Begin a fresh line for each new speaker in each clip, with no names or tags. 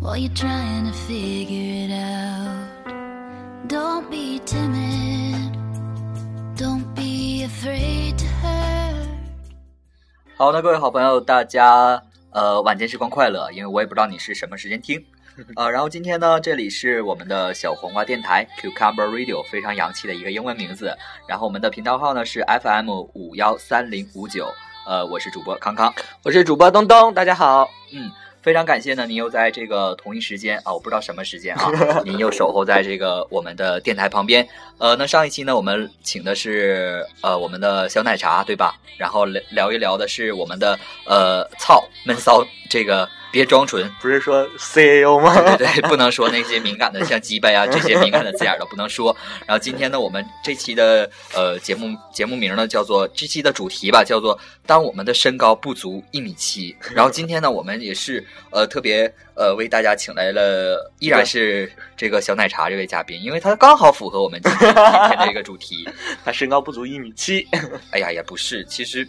While you're trying to figure it out, don't be timid. Don't be afraid to hurt.
好的，各位好朋友，大家呃晚间时光快乐，因为我也不知道你是什么时间 听，呃，然后今天呢，这里是我们的小黄瓜电台 Cucumber Radio，非常洋气的一个英文名字，然后我们的频道号呢是 FM 五幺三零五九，呃，我是主播康康，
我是主播东东，大家好。
非常感谢呢，您又在这个同一时间啊，我不知道什么时间啊， 您又守候在这个我们的电台旁边。呃，那上一期呢，我们请的是呃我们的小奶茶，对吧？然后聊聊一聊的是我们的呃操闷骚这个别装纯，
不是说 CEO 吗？
对 对，对，不能说那些敏感的，像鸡巴呀这些敏感的字眼儿都不能说。然后今天呢，我们这期的呃节目节目名呢叫做这期的主题吧，叫做当我们的身高不足一米七。然后今天呢，我们也是呃特别呃为大家请来了，依然是这个小奶茶这位嘉宾，因为他刚好符合我们今天今天这个主题。
他身高不足一米七，
哎呀，也不是，其实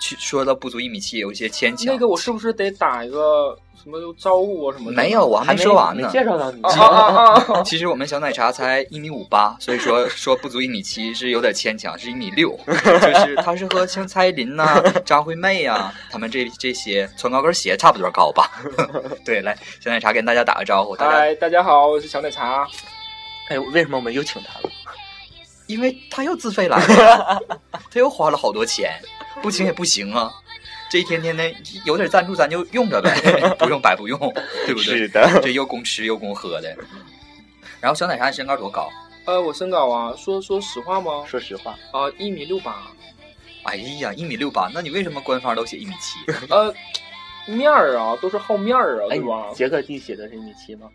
去说到不足一米七有一些牵强。
那个我是不是得打一个什么招呼啊我什么的？
没有，我还没说完呢
没。介绍到你。
啊啊啊！啊
其实我们小奶茶才一米五八，所以说说不足一米七是有点牵强，是一米六，就是他是和像蔡依林呐、张惠妹呀、他们这这些穿高跟鞋差不多高吧。 对，来，小奶茶跟大家打个招 呼，大家，
嗨，哎大家好，我是小奶茶。
哎，为什么我们又请他了？
因为他又自 费来了，他又花了好多钱，不请也不行啊。这一天天的有点赞助，咱就用 着呗，不用白不用，对不对？
是的，
这又供吃又供喝的。然后小奶茶你身高多高？
呃，我身高啊，说说实话吗？
说实话，
啊，一米六八。
哎呀，一米六八，那你为什么官方都写一米七？
呃，面儿啊，都是好面儿啊，
哎
对吧，？
杰克弟写的是一米七吗？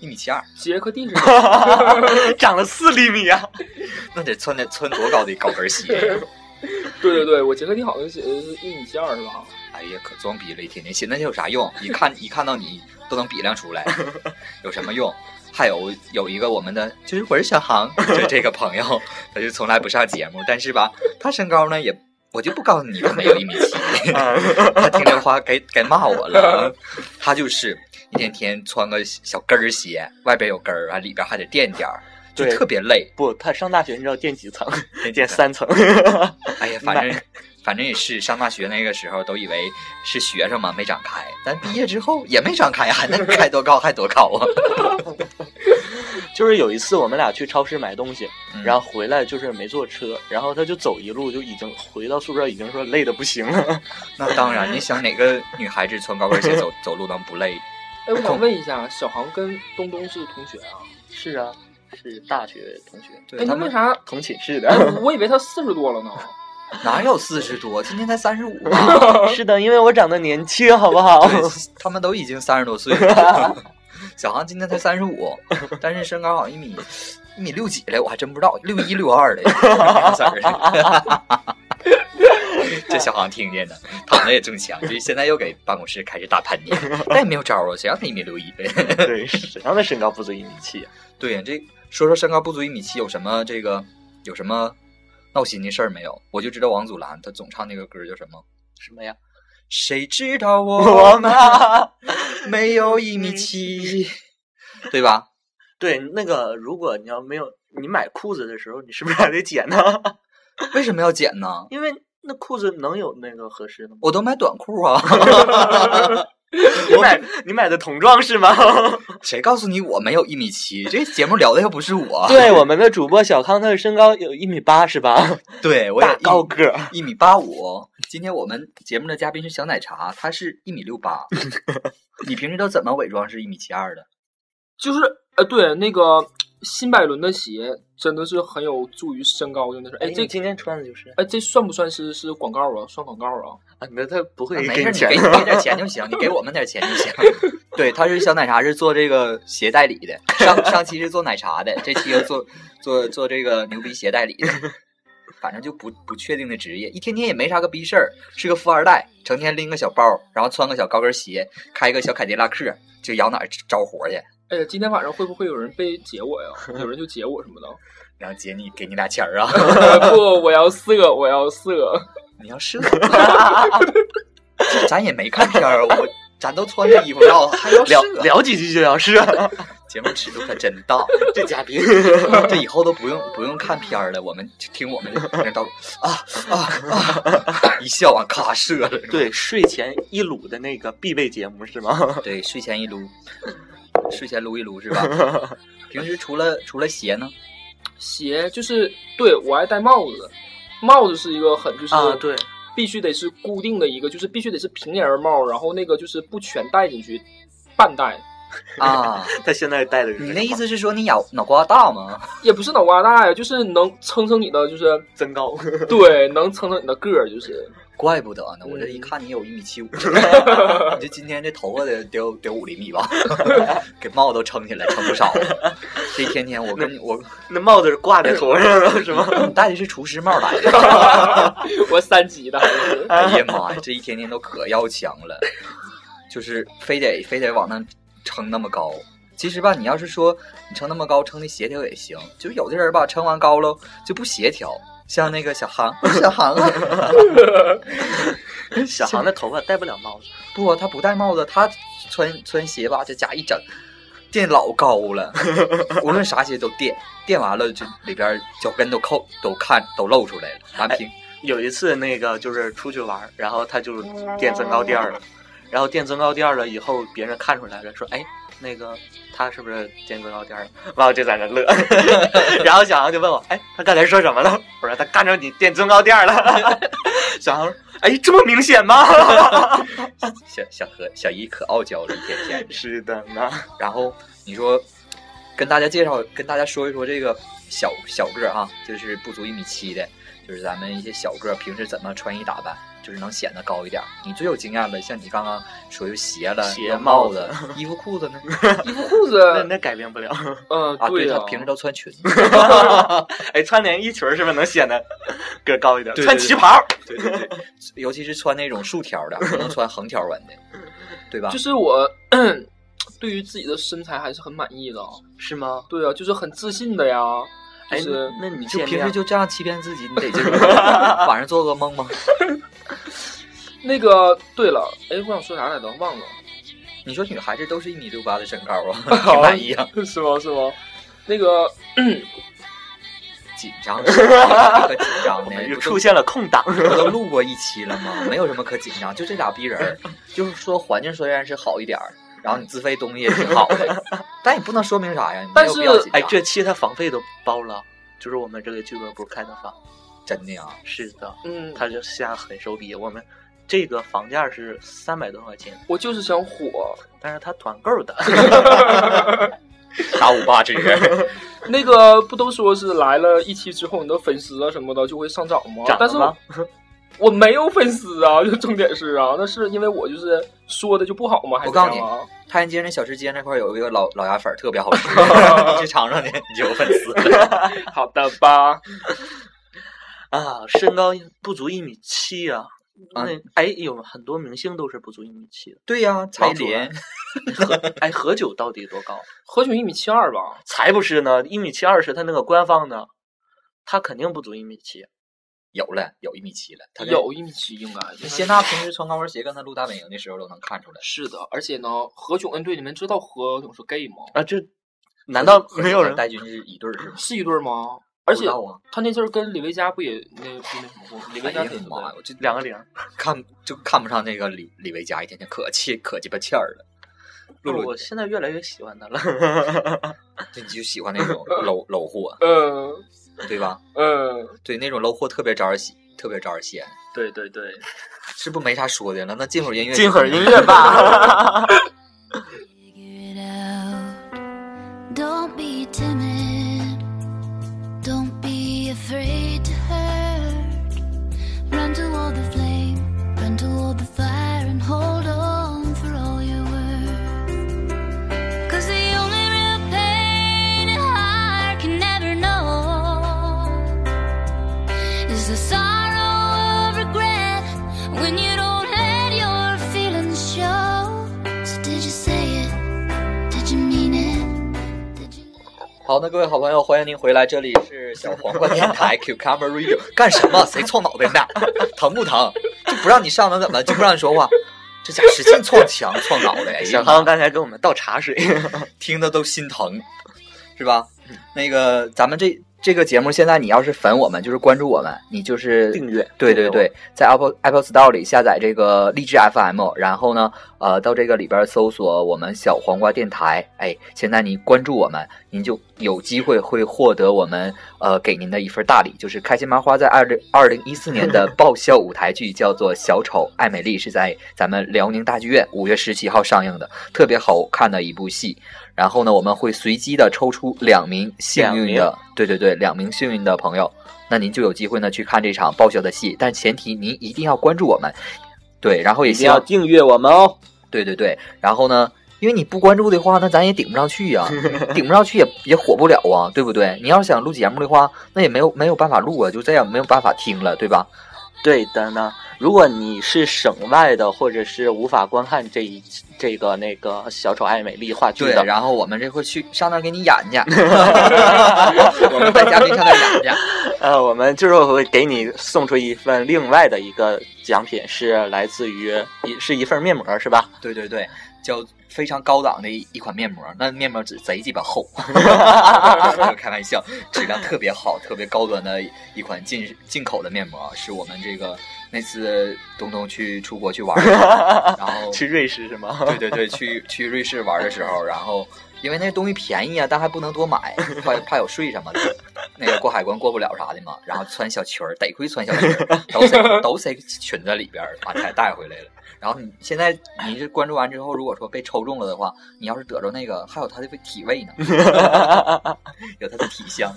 一米七二，
杰克 弟是
长了四厘米啊！
那得穿得穿多高的高跟鞋？
对对对，我杰克弟好像写的是一米七二是吧？
哎呀，可装逼了，一天天写那些有啥用？一看一看到你都能比量出来，有什么用？还有有一个我们的就是我是小航，就这个朋友，他就从来不上节目，但是吧，他身高呢也。我就不告诉你他没有一米七，他听这话该该骂我了。他就是一天天穿个小跟儿鞋，外边有跟儿啊，里边还得垫点儿，就
对
特别累。
不，他上大学你知道垫几 层？
点
垫三层。
哎呀，反正反正也是上大学那个时候都以为是学生嘛，没长开。咱毕业之后也没长开啊，那该多高还多高啊！
就是有一次我们俩去超市买东西，
嗯
然后回来就是没坐车，然后他就走一路就已经回到宿舍，已经说累的不行了。
那当然，你想哪个女孩子穿高跟 鞋走走路能不累？
哎，我 想问一下，小航跟东东是同学啊？
是啊，是大学同学，
哎，
对
那
他
为
们
啥？
同寝室
哎
的。
我以为他四十多了呢。
哪有四十多？今天才三十五， 啊
是的，因为我长得年轻，好不好？
对他们都已经三十多岁了。小航今天才三十五，但是身高好像一米一米六几嘞，我还真不知道，六一六二的，两色儿的 这小航听见的，躺着也中枪，就是现在又给办公室开始打喷嚏，那也没有招啊，谁让他一米六一？
对， 谁让他身高不足一米七啊？
对呀，这说说身高不足一米七有什么这个有什么闹心的事儿没有？我就知道王祖蓝，他总唱那个歌叫什么？
什么呀？
谁知道哦我
我
们
们
没有一米七， 对吧？
对那个，如果你要没有你买裤子的时候，你是不是还得剪呢？
为什么要剪呢？
因为那裤子能有那个合适的吗？
我都买短裤 啊！
你买你买的童装是吗？
谁告诉你我没有一米七？这节目聊的又不是我。
对，我们的主播小康，他的身高有一米八是吧？
对，我也
大高个儿，
一米八五。今天我们节目的嘉宾是小奶茶，他是一米六 八。你平时都怎么伪装是一米七二的？
就是呃，对，那个新百伦的鞋真的是很有助于身高，真的是。哎，这
你今天穿的就是
哎，这算不算是是广告啊？算广告啊？
啊，那他不会
没
给
事，
你
你
钱
给你点钱就行，你给我们点钱就行。 对，他是小奶茶，是做这个鞋代理的。上上期是做奶茶的，这期又做做做这个牛逼鞋代理的。反正就不不确定的职业，一天天也没啥个逼事儿，是个富二代，成天拎个小包，然后穿个小高跟鞋，开个小凯迪拉克，就摇哪儿招活去，
哎呀，今天晚上会不会有人被截 我呀？有人就截我什么的？
然后姐你给你俩钱儿啊，
呃 不，我要色，我要色。
你要射，咱也没看片儿，我咱都穿着衣服唠，还要
聊
是啊
聊几句就聊是 啊，
节目尺度可真大，
这嘉 宾
这以后都不用不用看片儿了，我们就听我们的到啊啊啊，一笑完咔射了。
对睡前一撸的那个必备节目是吗？
对，睡前一撸，睡前撸一撸是吧？平时除了除了鞋呢？
鞋就是对我爱戴帽子，帽子是一个很就是、
啊，对，
必须得是固定的一个，就是必须得是平檐帽，然后那个就是不全戴进去，半戴，
啊，
他现在戴的是
你那意思是说你脑脑瓜大吗？
也不是脑瓜大呀，就是能撑撑你的，就是
增高，
对，能撑撑你的个儿，就是
怪不得呢，我这一看你有一米七五， 你这今天这头发得得有得有五厘米吧， 给帽子都撑起来，撑不少了。这一天天我跟你我
那帽子是挂在头上了是吗？
你戴的是厨师帽来的，
我三级的，还是
哎呀妈呀，这一天天都可要强了，就是非得非得往那撑那么高。其实吧，你要是说你撑那么高，撑的协调也行。就是有的人吧，撑完高喽就不协调，像那个小韩， 小韩啊，
小航的头发戴不了帽子，
不，他不戴帽子，他穿穿鞋吧，这家一整，垫老高了，无论啥鞋都垫，垫完了就里边脚跟都扣都看都露出来了。咱平
有一次那个就是出去玩儿，然后他就垫增高垫儿了，然后垫增高垫儿了以后，别人看出来了，说哎，那个他是不是垫增高 垫儿了？完我就在那乐，然后小航就问我，哎，他刚才说什么了？我说他看着你垫增高垫儿了。 小航说，哎，这么明显 吗？。
小小何小姨可傲娇了，一天天
是的呢，
然后你说跟大家介绍，跟大家说一说这个小小个儿啊，就是不足一米七的，就是咱们一些小个儿平时怎么穿衣打扮，就是能显得高一点儿。你最有经验了，像你刚刚说有鞋了，
鞋
有帽子、衣服、裤子 呢？
衣服裤子，
那
呃
那改变不了。
嗯、
啊，对
呀、
他平时都穿 裙子。
哎，穿连衣裙儿是不是能显得个儿高一点？
对对
穿
对
旗袍儿，
对对对，尤其是穿那种竖条的，不能穿横条纹的，对
啊
吧
就？是我 对于自己的身材还是很满意的，
是吗？
对啊，就是很自信的呀，就
哎
是、，
那你
就
见
平
面
时就这样欺骗自己， 你得就是晚上做噩梦吗？
那个。对了，哎，我想说啥来着，忘了。
你说女孩子都是一米六八的身高啊， 挺满意啊，
是吗？是吗？那个
紧张，可紧张
我
呢
们，
不
又
都
出现了空档。
不都录过一期了吗？ 没有什么可紧张，就这俩逼人 儿，就是说环境虽然是好一点儿，然后你自费东西也挺好 的，但也不能说明啥呀，你没
但
有
是
必要紧张。
哎，这期他房费都包了，就是我们这个俱乐部开的房。
真的呀，
是的，
嗯，
他就下很收逼。我们这个房价是三百多块钱，
我就是想火。
但是他团购的。
打五八折，
那个不都说是来了一期之后，你的粉丝啊什么的就会上涨吗？
涨了
但是
吗
我没有粉丝啊， 就重点是啊，那是因为我就是说的就不好吗？还是
我告诉你
怎样啊
太原街那小吃街那块儿有一个老老鸭粉儿，特别好 吃，你去尝尝去，你就有粉丝了。
好的吧，
啊，身高不足一米七啊。
啊
那哎，有很多明星都是不足一米七的。
对呀、蔡依林
王何哎，何炅到底多高？
何炅一米七二吧，
才不是呢，一米七二是他那个官方的，他肯定不足一米七。
有了，有一米七了，他跟
有一米七应该。
谢娜平时穿高跟鞋跟她录大本营的时候都能看出来。
是的，而且呢，何炅，嗯，对，你们知道何炅是 gay 吗？
啊，这难道
和
没有
和
人？
戴军是一对儿是吗？
是一对儿吗？而
不
且
知道啊
他那阵儿跟李维嘉不也那那什么过吗？李维
哎
嘉
呀
挺
妈呀，我这
两个零，
看就看不上那个李李维嘉，一天天可气可鸡巴气儿了。 露露，
我现在越来越喜欢他了。
你就喜欢那种 low low 货，
嗯
对吧？
嗯，
对，那种 low 货特别招人喜，特别招人嫌，
对对对，
是不是没啥说的了？那进会儿音乐，
进会儿音乐吧。
Figure it out. Don't be timid. Don't be afraid to hurt. Run toward the flame. Run toward the fire and hold on for all you're worth. 'Cause the only real pain a heart can ever know is the sorrow of regret when you don't let your feelings show. So did you say it? Did you mean it? Did you?
好，那各位好朋友，欢迎您回来，这里是小黄瓜电 台 Cucumber Radio。干什么？谁撞脑袋呢？疼不疼？就不让你上能怎么？就不让你说话。这家使劲撞墙、撞脑袋，哎呀
小
妈呀
康刚才给我们倒茶 水，
听的都心疼，是吧？那个，咱们这这个节目现在你要是粉我们，就是关注我们，你就是
订阅
对对对，在 Apple Apple Store 里下载这个荔枝 FM，然后呢，呃，到这个里边搜索我们小黄瓜电台。哎，现在您关注我们，您就有机会会获得我们呃给您的一份大礼，就是开心麻花在二零二零一四年 的爆笑舞台剧叫做《小丑爱美丽》，是在咱们辽宁大剧院五月十七号上映的，特别好看的一部戏。然后呢，我们会随机的抽出两名幸运
两
的，对对对，两名幸运的朋友，那您就有机会呢去看这场爆笑的戏，但前提您一定要关注我们，对，然后也
一定
希
要
望
订阅我们哦。
对对对，然后呢，因为你不关注的话，那咱也顶不上去 呀、顶不上去也也火不了啊，对不对？你要是想录节目的话，那也没有没有办法录啊，就这样没有办法听了，对吧？
对的呢，如果你是省外的，或者是无法观看这一这个那个小丑爱美丽话剧
对，
的，
然后我们这会去上那儿给你演 去，我们带嘉宾上那儿演去，
呃，我们就是会给你送出一份另外的一个奖品，是来自于一是一份面膜是吧？
对对对，叫非常高档的一一款面膜，那面膜贼贼鸡巴厚。开玩笑，质量特别好，特别高端的一款进进口的面膜，啊是我们这个那次东东去出国去玩儿的时候，然 后
去瑞士是吗？
对对对，去去瑞士玩的时候，然后因为那东西便宜啊，但还不能多买，怕怕有税什么的，那个过海关过不了啥的嘛。然后穿小裙儿，得亏穿小裙儿，都塞都塞裙子里边儿，把才带回来了。然后你现在你是关注完之后，如果说被抽中了的话，你要是得着那个，还有它的体味呢，有它的体香。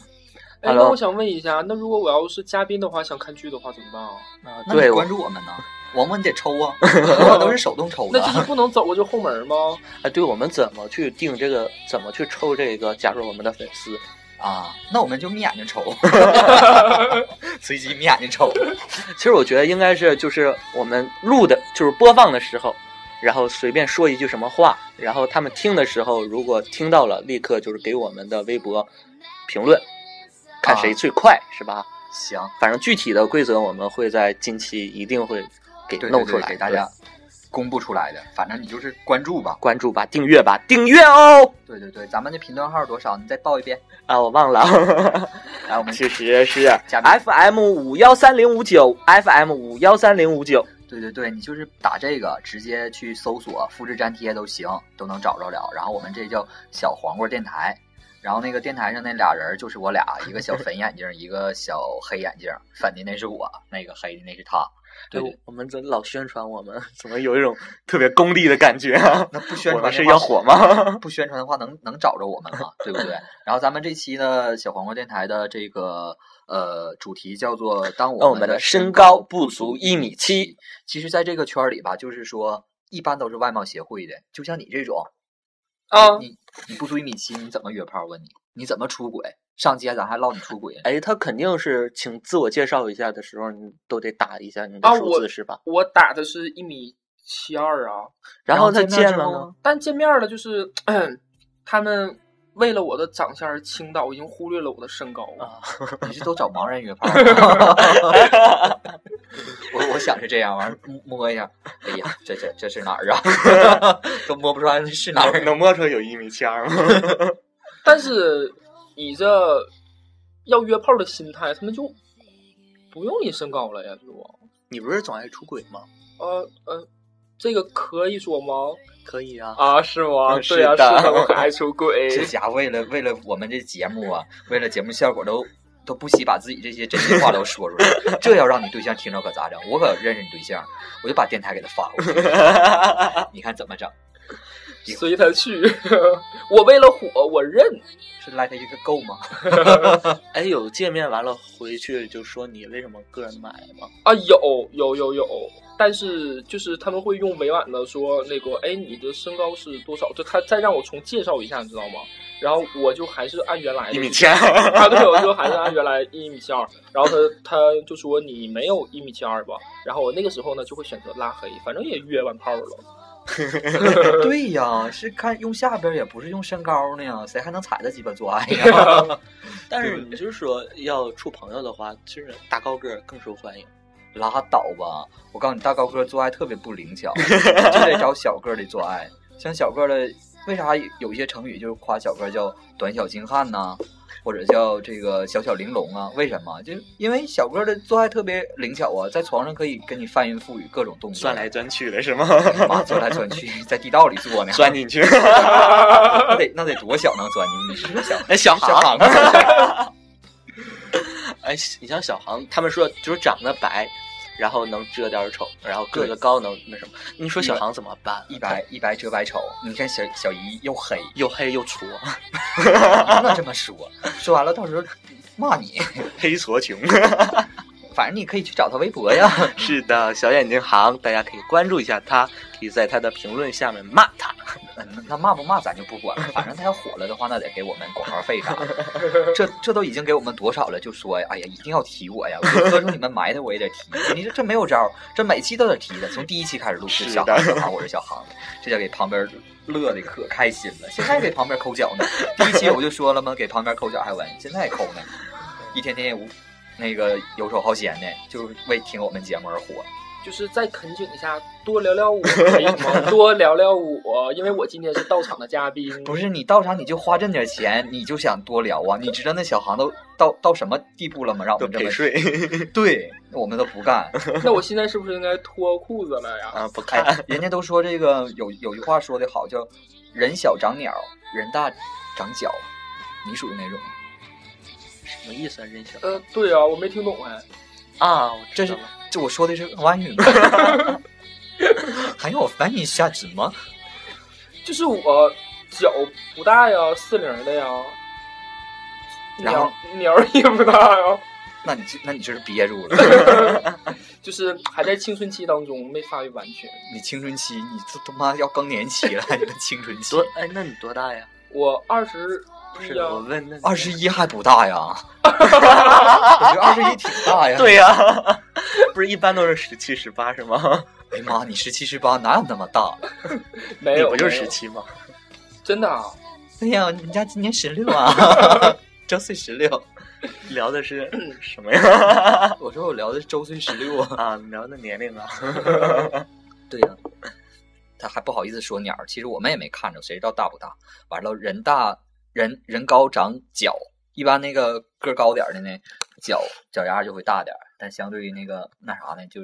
哎，
Hello
那我想问一下，那如果我要是嘉宾的话，想看剧的话怎么办啊？
啊
那
对
你
我
关注我们呢，我们得抽啊，我啊们都是手动抽
那
的。
就是不能走过就后 门吗？
啊，对我们怎么去定这个，怎么去抽这个加入我们的粉丝？
啊，那我们就眯眼睛抽， 随机眯眼睛抽。
其实我觉得应该是就是我们录的，就是播放的时候，然后随便说一句什么话，然后他们听的时候，如果听到了，立刻就是给我们的微博评论，看谁最快、是吧？
行，
反正具体的规则我们会在近期一定会给
对对
弄出
对
来，
给大
对
家公布出来的。反正你就是关注吧。
关注吧，订阅吧，订阅哦！
对对对，咱们的频段号多少？你再报一遍。
啊，我忘了，
来，我们
其实 是
嘉宾
FM 五幺三零五九，FM 五幺三零五九。
对对对，你就是打这个，直接去搜索、复制粘贴都行，都能找着了。然后我们这叫小黄瓜电台。然后那个电台上那俩人就是我俩，一个小粉眼镜，一个小黑眼镜。粉的那是我，那个黑的那是他。对
哎，我们怎么老宣传我们？怎么有一种特别功利的感觉啊？
那不宣
我
传
们是
的话
要火吗？
不宣传的话能，能找着我们吗？对不 对？然后咱们这期呢，小黄瓜电台的这个呃主题叫做“当
那
我
我们的
的
身
高
高不足一米七，”。
其实，在这个圈儿里吧，就是说，一般都是外貌协会的，就像你这种，
啊，
你你不足一米七，你怎么约炮啊？你你怎么出轨？上街咱还唠你出轨？
哎，他肯定是请自我介绍一下的时候，你都得打一下你
啊
的数
我
字是吧？
我打的是一米七二啊，
然后他
见面
见
之
了
后
呢，？
但见面了就是， 他们为了我的长相而倾倒，已经忽略了我的身高
啊
你是都找盲人约炮吗？ 我我想是这样，完了摸摸一下，哎呀，这这这是哪儿啊？ 都摸不出来是哪儿。啊
能摸出来有一米七二吗？
但是你这要约炮的心态，他们就不用你身高了呀，对不？
你不是总爱出轨吗？
呃呃，这个可以说吗？
可以啊，
啊，是吗
嗯对呀是的是的我很
爱出轨
这家伙为了为了我们这节目啊，为了节目效果都都不惜把自己这些真心话都说出来，这要让你对象听着可咋整？我可认识你对象，我就把电台给他发过去，你看怎么整？
随他去， 我为了火，我认。
是赖他一个够吗？
哎，有见面完了回去就说你为什么个人买吗？
啊，有有有有，但是就是他们会用委婉的说那个，哎，你的身高是多少？就他再让我重介绍一下，你知道吗？然后我就还是按原来的
一米七 二，
啊，对，我就还是按原来一米七二。然后他他就说你没有一米七二吧？然后我那个时候呢就会选择拉黑，反正也约完炮了。
对呀，是看用下边也不是用身高呢，谁还能踩着鸡巴做爱呀？
但是你就是说要处朋友的话，其实大高个儿更受欢迎。
拉倒吧！我告诉你，大高个做爱特别不灵巧， 就得找小个儿的做爱。像小个儿的，为啥有一些成语就是夸小个儿叫短小精悍呐、或者叫这个小巧玲珑啊？为什么？就是因为小个儿的做爱特别灵巧啊，在床上可以跟你翻云覆雨各种动作，
钻来钻去的是吗？
妈钻来钻 去，在地道里做呢，
钻 进去，
那得那得多小能钻进去？你是不是小
那哎小
小
航，
航啊？
哎，你像小航，他们说就是长得白，然后能遮点儿丑，然后个
对
子高能那什么？你说小航怎么办？
一白一白遮百丑，你看小小姨又黑，
又黑又矬，
不能这么说，说完了到时候骂你。
黑矬 穷。
反正你可以去找他微博呀。
是的，小眼睛航，大家可以关注一下他，可以在他的评论下面骂他。
嗯那骂不骂咱就不管了，反正他要火了的话，那得给我们广告费啥的。这这都已经给我们多少了，就说呀，哎呀，一定要提我呀！我遮住你们埋汰我也得提。你这这没有招儿，这每期都得提的，从第一期开始录就是小
的
航小航，我是小航，这叫给旁边乐的可开心了。现在给旁边抠脚呢，第一期我就说了吗？给旁边抠脚还完，现在也抠呢，一天天也无那个游手好闲呢，就是为听我们节目而活。
就是再恳请一下，多 聊聊我可以吗？多聊聊我，因为我今天是到场的嘉宾。
不是你到场你就花这么点钱，你就想多聊啊？你知道那小航都 到到什么地步了吗？让我
都
们这
陪
么
睡
对，我们都不干。
那我现在是不是应该脱裤子了呀？
啊，不看
哎，人家都说这个有有句话说的好，叫“人小长鸟，人大长脚”，你属于哪种？
什么意思啊？任小
呃，对啊，我没听懂哎。
啊，我
这
知道
是
了
这我说的是港湾语吗？ 还要我翻译一下子吗？
就是我脚不大呀，四零的呀，
然后
鸟鸟儿也不大呀，
那你这那你这是憋住了。
就是还在青春期当中，没发育完全。
你青春期，你这他妈要更年期了，你的青春期
多哎，那你多大呀？
我二十
不
一
是，
呀
我，问那你
二十一还不大 呀？我觉得二十一挺大呀。
对呀、 不是一般都是十七、十八是吗？
哎呀妈，你十七十八哪有那么大？
没
你
有，
不就是
没有
十七吗？
真的啊？
哎呀，人家今年十六啊，周岁 十六。
聊的 是什么呀？
我说我聊的是周岁十六 啊。
啊，聊的年龄啊。
对呀、他还不好意思说鸟儿，其实我们也没看着，谁知道大不大？完了，人大人人高长脚，一般那个个儿高点儿的呢，脚脚丫就会大点儿，但相对于那个那啥呢，就。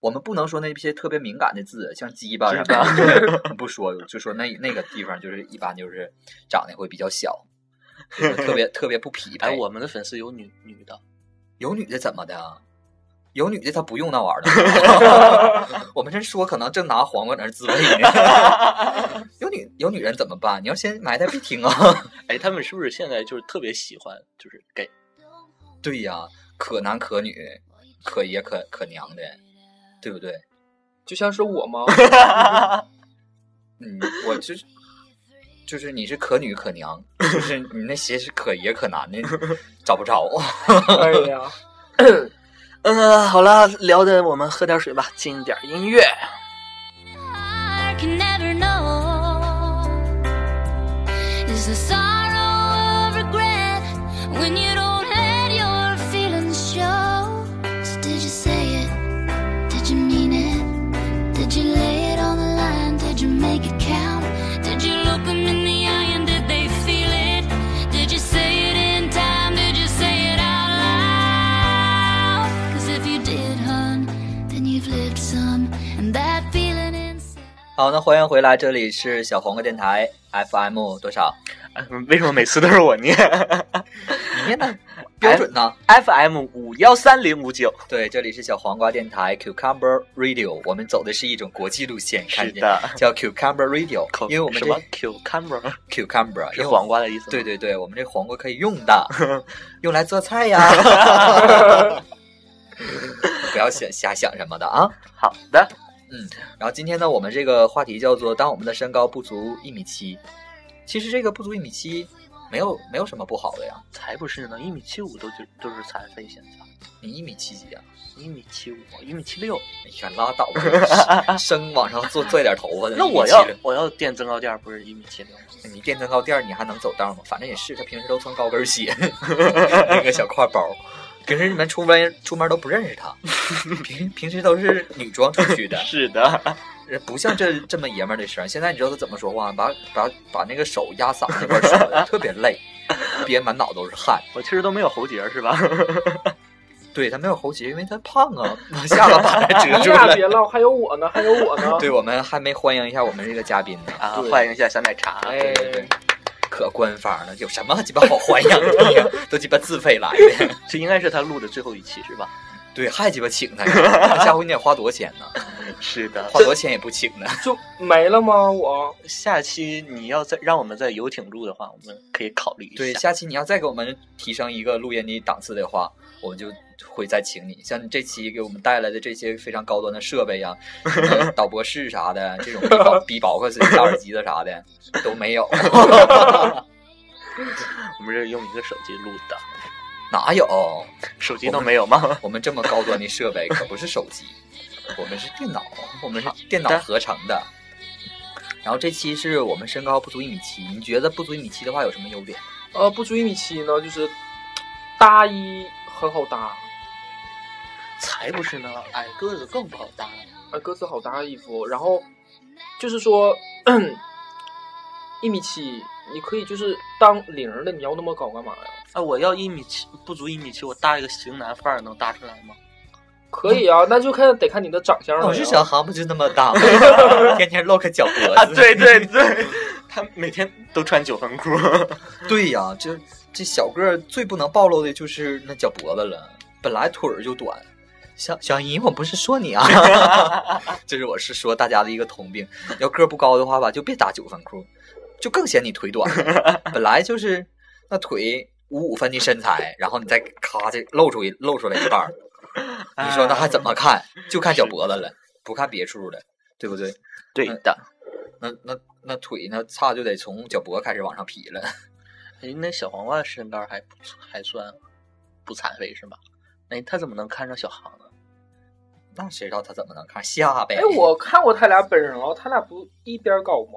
我们不能说那些特别敏感的字，像鸡巴什么 的，不说，就说那那个地方就是一般就是长得会比较小，就是特别特别不匹配。
哎，我们的粉丝有女女的，
有女的怎么的啊？有女的她不用那玩意儿 的。我们这说可能正拿黄瓜在那儿自慰 呢。有女有女人怎么办？你要先埋汰别听啊！
哎，他们是不是现在就是特别喜欢就是给
对呀、可男可女，可爷可可娘的，对不对？
就像是我 吗？
嗯，我就是就是你是可女可娘，就是你那些是可爷可男的找不着。
哎 呀，
嗯，好了，聊的我们喝点水吧，进点音乐。
I can never know is the sorrow of regret when you don't let your feelings show. So did you say it? Did you mean it? Did you lay it on the line? Did you make it count? Did you look them in the eye and did they feel it? Did you say it in time? Did you say it out loud? Cause if you did, hun, then you've lived some, and that feeling inside.
好，那欢迎回来，这里是小黄瓜电台 FM 多少？
嗯 为什么每次都是我 念
你 念的标准呢？
？FM 五幺三零五九，
对，这里是小黄瓜电台 Cucumber Radio，我们走的是一种国际路线，看
是
见
的
叫 Cucumber Radio，
口
因为我们
什
这
么 cucumber
Cucumber
是
因为
黄瓜的意思吗？
对对对，我们这黄瓜可以用 的，用来做菜呀。不要想瞎想什么的啊。
好的，
然后今天呢，我们这个话题叫做“当我们的身高不足一米七”，其实这个不足一米七没有没有什么不好的呀。
才不是呢，一米七五都就都是残废现象，
你一米七几啊？
一米七五，一米七六，
哎呀，拉倒 吧，生往上做拽点头发的。
那我
1.76
要我要垫增高垫儿，不是一米七六吗？
你垫增 高垫儿，你还能走道吗？反正也是，他平时都穿高跟鞋，那个小挎包，平时你们出门出门都不认识他，平平时都是女装出去的，呃
是的，
不像这这么爷们儿的声儿。现在你知道他怎么说话，把把把那个手压嗓子那块儿说的，特别累，憋满脑都是汗。
我其实都没有喉结是吧？
对他没有喉结，因为他胖啊，把下巴把他遮
哎
住
呀，
了。
别唠，还有我呢，还有我呢。
对我们还没欢迎一下我们这个嘉宾呢，
啊，
对
欢迎一下小奶茶。
哎，
可官方了，有什么鸡巴好欢迎的呀？都鸡巴自费来的，
这应该是他录的最后一期是吧？
对，还鸡巴请他呀，下回你得花多少钱呢？
是的
花多少钱也不请呢。
就没了吗？我
下期你要再让我们在游艇录的话，我们可以考虑一下。
对，下期你要再给我们提升一个录音的档次的话，我们就会再请你。像你这期给我们带来的这些非常高端的设备呀、什么导播室啥的，这种比宝克斯、比大耳机子啥的都没有，
我们是用一个手机录的，
哪有？
手机都没有吗？
我们这么高端的设备可不是手机，我们是电脑，我们是电脑合成的。然后这期是我们身高不足一米七，你觉得不足一米七的话有什么优点？
呃不足一米七呢，就是搭衣很好搭，
才不是呢，矮个子更不好搭。
啊鸽子好搭衣服，然后就是说一米七，你可以就是当零儿的，你要那么高干嘛呀？
啊，我要一米七，不足一米七，我搭一个型男范儿能搭出来吗？
可以啊，那就看得看你的长相了呀。
我是小航，不就那么大 吗？天天露个脚脖子。
啊，对对对， 他每天都穿九分 裤。
对呀、这这小个儿最不能暴露的就是那脚脖子了，本来腿儿就短。小小姨，我不是说你啊， 这是我是说大家的一个通病。要个儿不高的话吧，就别打九分裤，就更显你腿短了。本来就是那腿五五分的身材，然后你再咔这露出一露出来一半儿，你
啊
说那还怎么看？就看脚脖子了，不看别处了，对不对？
嗯对的。
那那那腿那差就得从脚脖开始往上劈了。
哎，那小黄瓜身高还不错还算不残废是吧？哎，他怎么能看上小航呢？
那谁知道他怎么能看下呗？
哎，我看过他俩本人了，他俩不一边高吗？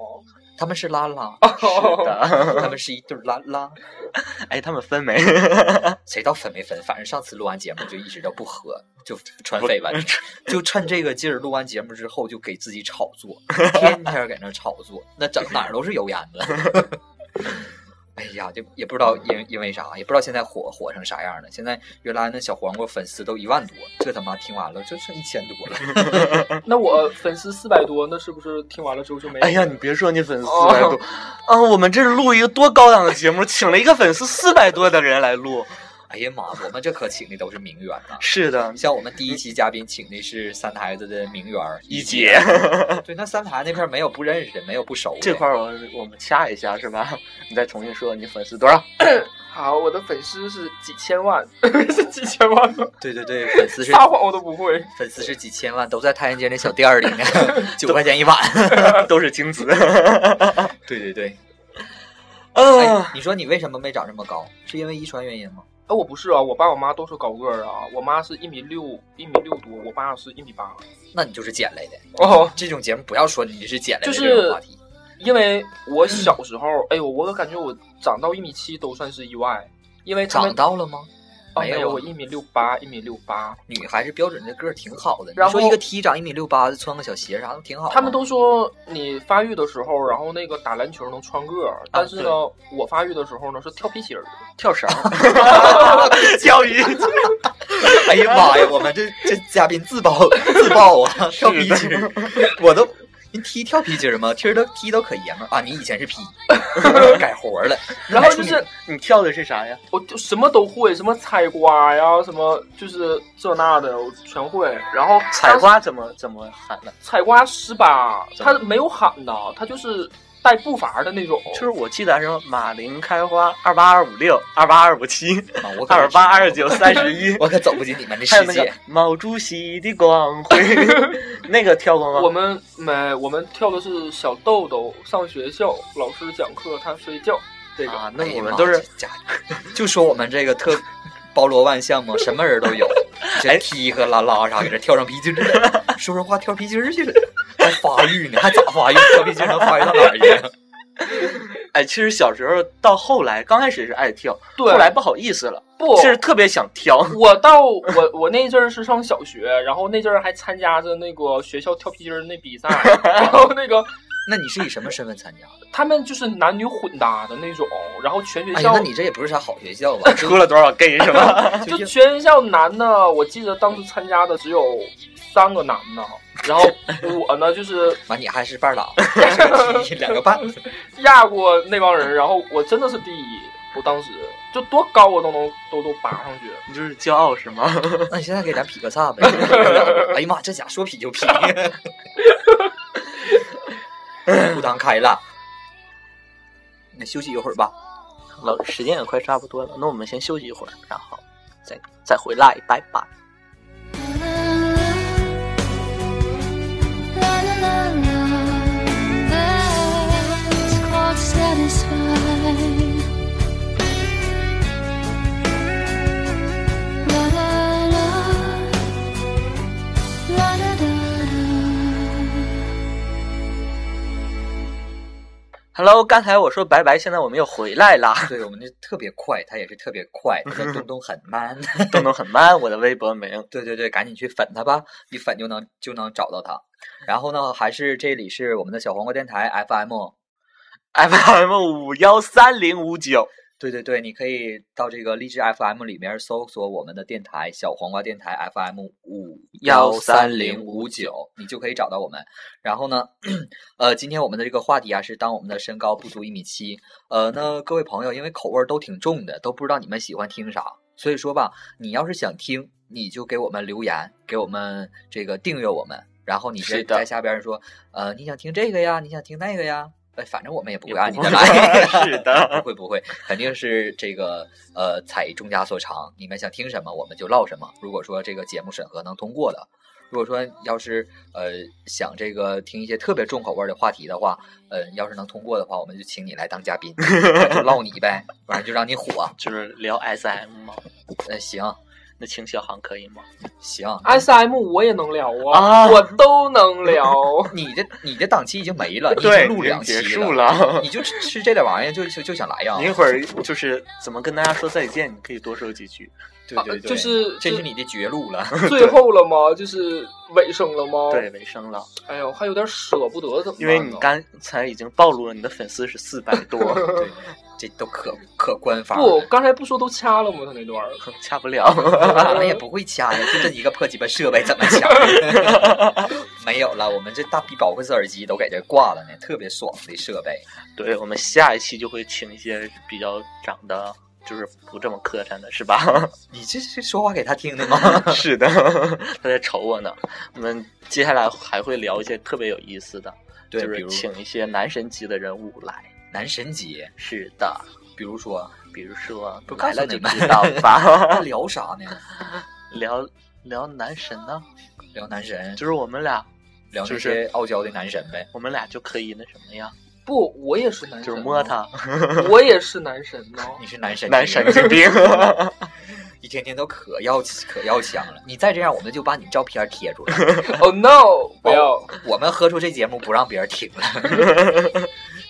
他们是拉拉，
哦
是的，
他们是一对儿拉拉，
啊哎，他们分没？
谁知道分没分？反正上次录完节目就一直都不和，就传绯闻，就趁这个劲儿录完节目之后就给自己炒作，天天给那炒作，那整哪儿都是油烟子。 哎呀，就也不知道因因为啥，也不知道现在火火成啥样了。现在原来那小黄瓜粉丝都一万多，这他妈听完了就剩一千多了。
那我粉丝四百多，那是不是听完了之后就没有？
哎呀，你别说你粉丝
哦
四百多，啊，我们这是录一个多高档的节目，请了一个粉丝四百多的人来录。
哎呀妈，我们这可请的都是名媛呐、
是的，
像我们第一期嘉宾请的是三台子的名媛儿
一
姐
姐，
对，那三台那片儿没有不认识的，没有不熟的。
这块儿我我们掐一下是吧？你再重新说你粉丝多少？
好，我的粉丝是几千万， 是几千万吗？
对对对，粉丝是
撒谎我都不会。
粉丝是几千万，都在太原街那小店儿里 呢，九块钱一碗。
都是精子。
对对对，哎
啊，，
你说你为什么没长这么高？是因为遗传原因吗？
哎，我不是啊，我爸我妈都是高个儿啊，我妈是一米六，一米六多，我爸是一米八。
那你就是捡来的。
哦，
这种节目不要说你是捡来的
就是
这种话题。
因为我小时候，哎呦，我感觉我长到一米七都算是意外，因为他
长
们
到了吗？
哦
没
没
有啊
我一米六八，一米六
哦
八，
女孩子标准的个儿挺好的，
然
你
后
说一个 T 长一米六八，穿个小鞋啥的挺
哦
好啊。
他们都说你发育的时候，然后那个打篮球能穿个
啊
儿，但是呢，我发育的时候呢是跳皮筋儿的。
跳绳， 教育，
哎呀妈呀，我们这这嘉宾自爆自爆 啊，跳皮筋儿，我都。你踢跳皮筋儿吗？踢都踢都可爷们儿啊！你以前是皮，改活儿了。
然后就是
你跳的是啥呀？
我就什么都会，什么采瓜呀，什么就是这那的，我全会。然后
采瓜怎么怎么喊呢？
采瓜十八，
怎么
他没有喊的，他就是带步伐的那种。
就是我记得什么马林开花二八二五六二八二五七
啊我可
二八二九三 十一，
我可走不进你们的
还有
世
那
界
个。毛主席的光辉， 那个跳过吗？
我们没，我们跳的是小豆豆上学校，老师讲课他睡觉这个。
啊，那
哎呀
我们
妈
都是
这家伙就说我们这个特包罗万象嘛，什么人都有。
哎
这踢和拉拉啥，给这跳上皮筋儿了，说说话跳皮筋儿去了，还发育呢，还咋发育？跳皮筋儿能发育到哪儿去？啊
哎，其实小时候到后来刚开始是爱跳，
对，
后来不好意思了，
不不
其实特别想 挑。
我到我我那阵儿是上小学，然后那阵儿还参加着那个学校跳皮筋儿那比 赛，然后那个
那你是以什么身份参加的？
他们就是男女混搭的那种，然后全学
哎
校、
呀，那你这也不是啥好学校吧？就
出了多少 gay 是吧？
就全学校男的，我记得当时参加的只有三个男的，然后我呢就是
完你还是伴郎，还是两个伴。
压过那帮人，然后我真的是第一，我当时就多高我都能都都拔上去。
你就是骄傲是吗？
那你现在给咱劈个叉呗？哎呀妈，这家说劈就劈，裤裆开了。那休息一会儿吧。
老时间也快差不多了，那我们先休息一会儿，然后再再回来，拜拜。
That's called satisfied. La la la, la da da da.
Hello，刚才我说拜拜，现在我们又回来啦。
对我们这特别快，他也是特别快，但东东很 慢。
动动很慢，我的微博名。
对对对，赶紧去粉他吧，一粉就能就能找到他。然后呢，还是这里是我们的小黄瓜电台 FM。
FM 五幺三零五九，
对对对，你可以到这个荔枝 FM 里面搜索我们的电台“小黄瓜电台 FM 五幺三零五九”，你就可以找到我们。然后呢，呃，今天我们的这个话题啊是当我们的身高不足一米七，呃，那各位朋友，因为口味儿都挺重的，都不知道你们喜欢听啥，所以说吧，你要是想听，你就给我们留言，给我们这个订阅我们，然后你在
是的
在下边说，呃，你想听这个呀，你想听那个呀，哎，反正我们也不会
也
按你
不
的
会
来，
是的
不会不会，肯定是这个呃采众家所长，你们想听什么我们就唠什么。如果说这个节目审核能通过的，如果说要是呃想这个听一些特别重口味的话题的话，呃，要是能通过的话，我们就请你来当嘉宾，就唠你呗，反正就让你火。
就是聊 SM 吗？
呃，行
那请小航可以吗？
行，
S M 我也能聊啊，
啊
我都能聊。
你这你这档期已经没了，你啊已
对
经录
已经
两期
结束
了
了
你就吃吃这点玩意儿就就就想来啊呀？
你一会儿就是怎么跟大家说再见，你可以多说几句。
对对对，
呃就是
这是 你的绝路 了。
最后了吗？就是尾声了
哦
吗？
对，，尾声 了，
哎呦，还有点舍不得，怎么办呢？
因为你刚才已经暴露了你的粉丝是四百多，
对，这都可可官方
不
了，，
刚才不说都掐了吗？他那段儿，
掐不了。
我们也不会掐呀，就这一个破鸡巴设备怎么掐？ 没有了，我们这大逼保护式耳机都给这挂了呢，特别爽的设备。
对，我们下一期就会请一些比较长得就是不这么磕碜的，是吧？
你这是说话给他听的吗？
是的， 他在瞅我呢。我们接下来还会聊一些特别有意思的，就
对，比
是
如
请一些男神级的人物来。
男神级，
是的，
比如说
比如说
不告
来
诉
了就
你们
知道吧。
他聊啥呢？
聊聊男神呢，
聊男神，
就是我们俩，
聊那
就是
些傲娇的男神呗。
我们俩就可以那什么呀，
不，我也是男神，
就
啊
是摸，他，
我也是男神啊呢。
你是男神，
男神经 病。
一天天都可要可要强了。你再这样，我们就把你照片贴出来。
Oh no！不要，
我们喝出这节目不让别人听了，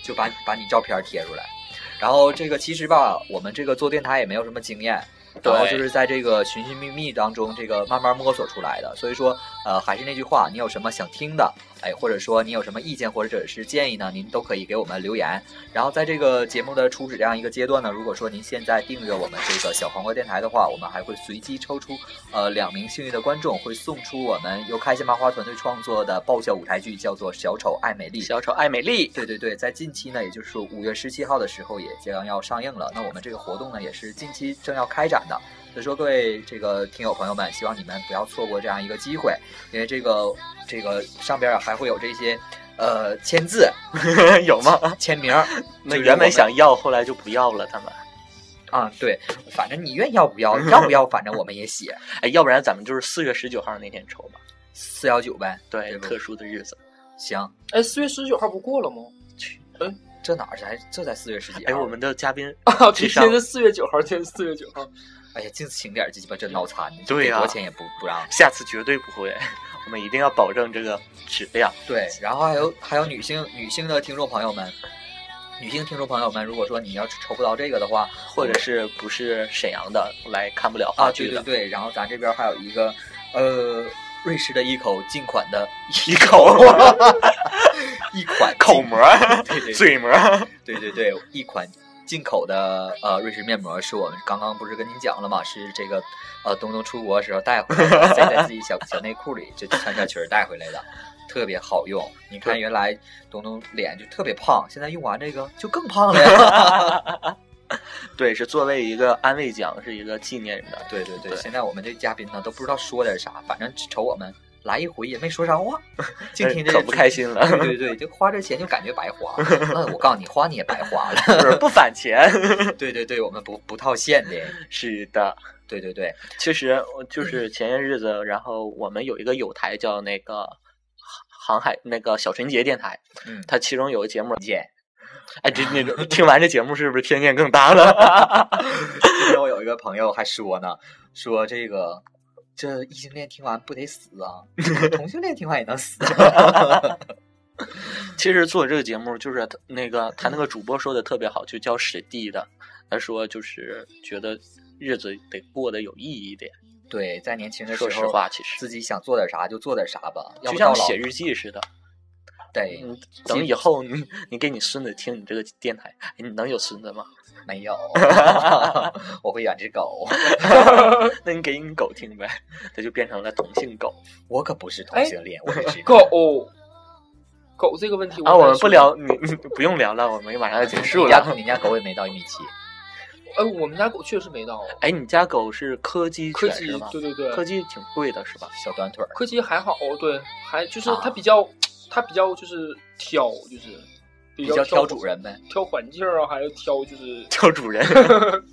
就把把你照片贴出来。然后这个其实吧，我们这个做电台也没有什么经验，
对
然后就是在这个寻寻觅觅当中，这个慢慢摸索出来的。所以说，呃，还是那句话，你有什么想听的，哎，或者说你有什么意见或者是建议呢，您都可以给我们留言。然后在这个节目的初始这样一个阶段呢，如果说您现在订阅我们这个小黄瓜电台的话，我们还会随机抽出呃两名幸运的观众，会送出我们由开心麻花团队创作的爆笑舞台剧，叫做《小丑爱美丽》。
小丑爱美丽，
对对对，在近期呢，也就是五月十七号的时候，也将要上映了。那我们这个活动呢，也是近期正要开展的。所以说，各位这个听友朋友们，希望你们不要错过这样一个机会，因为这个这个上边儿还会有这些呃签字、
有吗？
签名儿。
那
就是
原
我
本
们
想要，后来就不要了。他们，
啊，对，反正你愿意要不要，要不要，反正我们也写
哎，要不然咱们就是四月十九号那天抽吧。
四幺九呗。
对
对，吧
特殊的日子。
行，
哎，四月十九号不 过了吗？
这哪儿才这才四月十几
哎，
号？
我们的嘉宾，
啊，
这
今
上
天是四月九号，今天四月九 号。
哎呀，净请点儿鸡巴这脑残，
对
给
呀
多少钱也不不让。
下次绝对不会。 我们一定要保证这个质量。
对，然后还有还有女性女性的听众朋友们，女性听众朋友们，如果说你要是抽不到这个的话，
或者是不是沈阳的来看不了
啊，
话
对
剧
对
的，
对，然后咱这边还有一个，呃，瑞士的一口进款的
一口啊
一款进
口膜、
对对对
嘴膜，
对对对，一款进口的呃瑞士面膜，是我们刚刚不是跟您讲了嘛，是这个呃东东出国时候带回来的，塞在自己小 小内裤里，就穿小裙儿带回来的，特别好用。你看原来东东脸就特别胖，现在用完这个就更胖了 呀。
对，是作为一个安慰奖，是一个纪念的。
对对对，
对
现在我们这嘉宾呢都不知道说点啥，反正只瞅我们来一回也没说啥话，净听这
哎可不开心了，
对对 对，就花这钱就感觉白花。那我告诉你，花你也白花了。
就是不返钱。
对对对，我们不不套现的。
是的，
对对对，
其实我就是前些日子，然后我们有一个有台叫那个航海那个小纯洁电台，
嗯，
它其中有个节目，
见。
哎，这那种听完这节目是不是偏见更大了？
今天我有一个朋友还说呢，说这个这异性恋听完不得死啊，同性恋听完也能死、啊
其实做这个节目，就是他那个他那个主播说的特别好，就叫史蒂的，他说就是觉得日子得过得有意义一点。
对，在年轻的时
说
候，
实话，其实
自己想做点啥就做点啥吧，要
就
不到
像
老
写日记似的，
对
嗯，等以后你你给你孙子听你这个电台，哎你能有孙子吗？
没有， 我会养只狗，
那你给你狗听呗，它就变成了同性狗
我可不是同
哎
性恋，我 只是
狗狗这个问题
啊！我
我
们不，聊，你你不用聊了，我们马上要结束
你家
了。
你家狗也没到一米七，
哎，我们家狗确实没到
哎，你家狗是柯基
柯
犬
基
是吗，？
对对对，
柯基挺贵的是吧？
小短腿儿。
柯基还好，对，还就是
啊
它比较，它比较就是挑，就是比
比较挑
挑
主人呗，
挑环境啊，还有挑就是
叫主 人，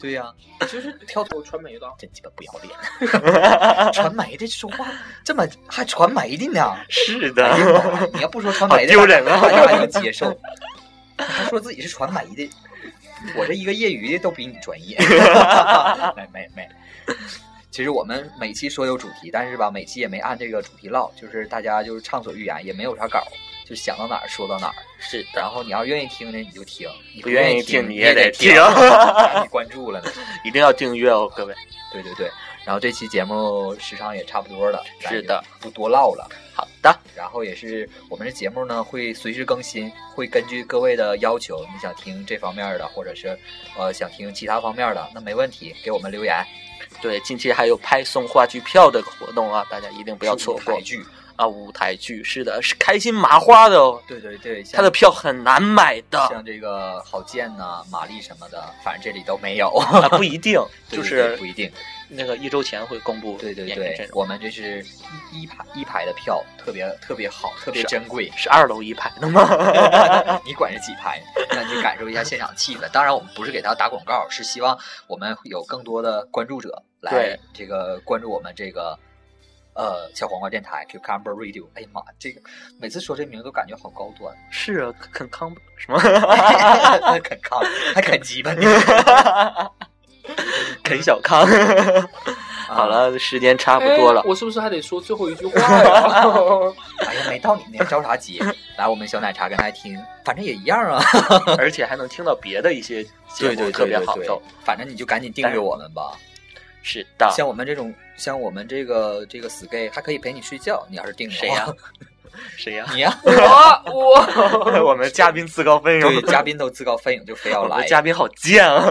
对 呀、
就是挑我传媒的，
真鸡巴不要脸！ 传媒的说话这么还传媒的呢？
是
哎呀
的，
妈呀你要不说传媒的，
好丢 人啊
大家还能接受。还说自己是传媒的，我这一个业余的都比你专业。没没没，其实我们每期说有主题，但是吧，每期也没按这个主题唠，就是大家就是畅所欲言，也没有啥稿，就想到哪儿说到哪儿。
是的，
然后你要愿意听呢，你就听；你
不
愿
愿意
听，
听你
你
也
得
得听
让你关注了呢。
一定要订阅哦，各位。
对对对，然后这期节目时长也差不多了，咱
是
也
的，
不多唠了。
好的，
然后也是我们的节目呢会随时更新，会根据各位的要求，你想听这方面的，或者是呃想听其他方面的，那没问题，给我们留言，
对，近期还有拍送话剧票的活动啊，大家一定不要
是舞
错过
台剧。
啊！舞台剧是的，是开心麻花的哦，
对对对，像
它的票很难买的
像这个郝建呐、玛丽什么的，反正这里都没 有，
啊，不一定，
对
就
对对
是
不一定。
那个一周前会公布
对对
演员阵
对，
容，
我们这是一一排一排的票，特别特别好，特别
是啊
珍贵。
是二楼一排的吗？
你管是几排？那你感受一下现场气氛。当然，我们不是给他打广告，是希望我们有更多的关注者来
对
这个关注我们这个呃小黄瓜电台 Cucumber Radio。哎呀妈，这个每次说这名字都感觉好高 端，
是啊，肯康什么
啃康还啃鸡巴呢。
肯小康。 好
啊
了，时间 差不多了
哎，我是不是还得说最后一句话 呀？
哎呀，没到你那着啥急？来，我们小奶茶跟大家听，反正也一样啊。
而且还能听到别的一些节目，特别好受。，
反正你就赶紧订阅我们吧。
是啊的，
像我们这种，像我们这个这个 Sky 还可以陪你睡觉，你要是订的话
谁呀？谁呀？
你呀、
我 我
我们嘉宾自告奋勇
对，， 嘉宾都自告奋勇就非要
哦我们
来，哎
嘉宾好贱啊！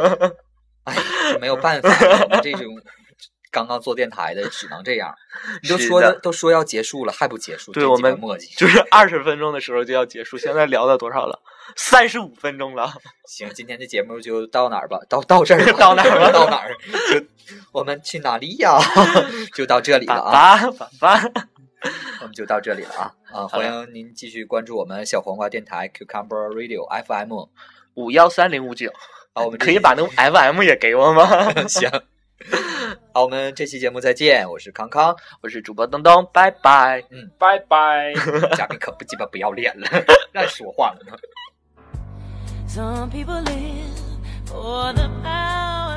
就没有办法，我们这种刚刚做电台的只能这样。你都
是
说
的
都说要结束了，还不结束，
对
真
我
鸡巴
们
磨叽。
就是二十分钟的时候就要结束，现在聊到多少了？三十五分钟了，
行，今天这节目就到哪儿吧，到到这儿吧
到哪儿吧
到哪儿，就我们去哪里 呀？就到这里了
爸
啊，
爸爸爸，
我们就到这里了啊啊！欢迎您继续关注我们小黄瓜电台 Cucumber Radio FM
五幺三零五九
啊，我们这
可以
期
把那 FM 也给我吗？
行。 好，我们这期节目再见，我是康康，
我是主播东东，拜拜。
拜拜。
嘉宾可不鸡巴不要脸了， 乱说话了呢。
Some people live for the power.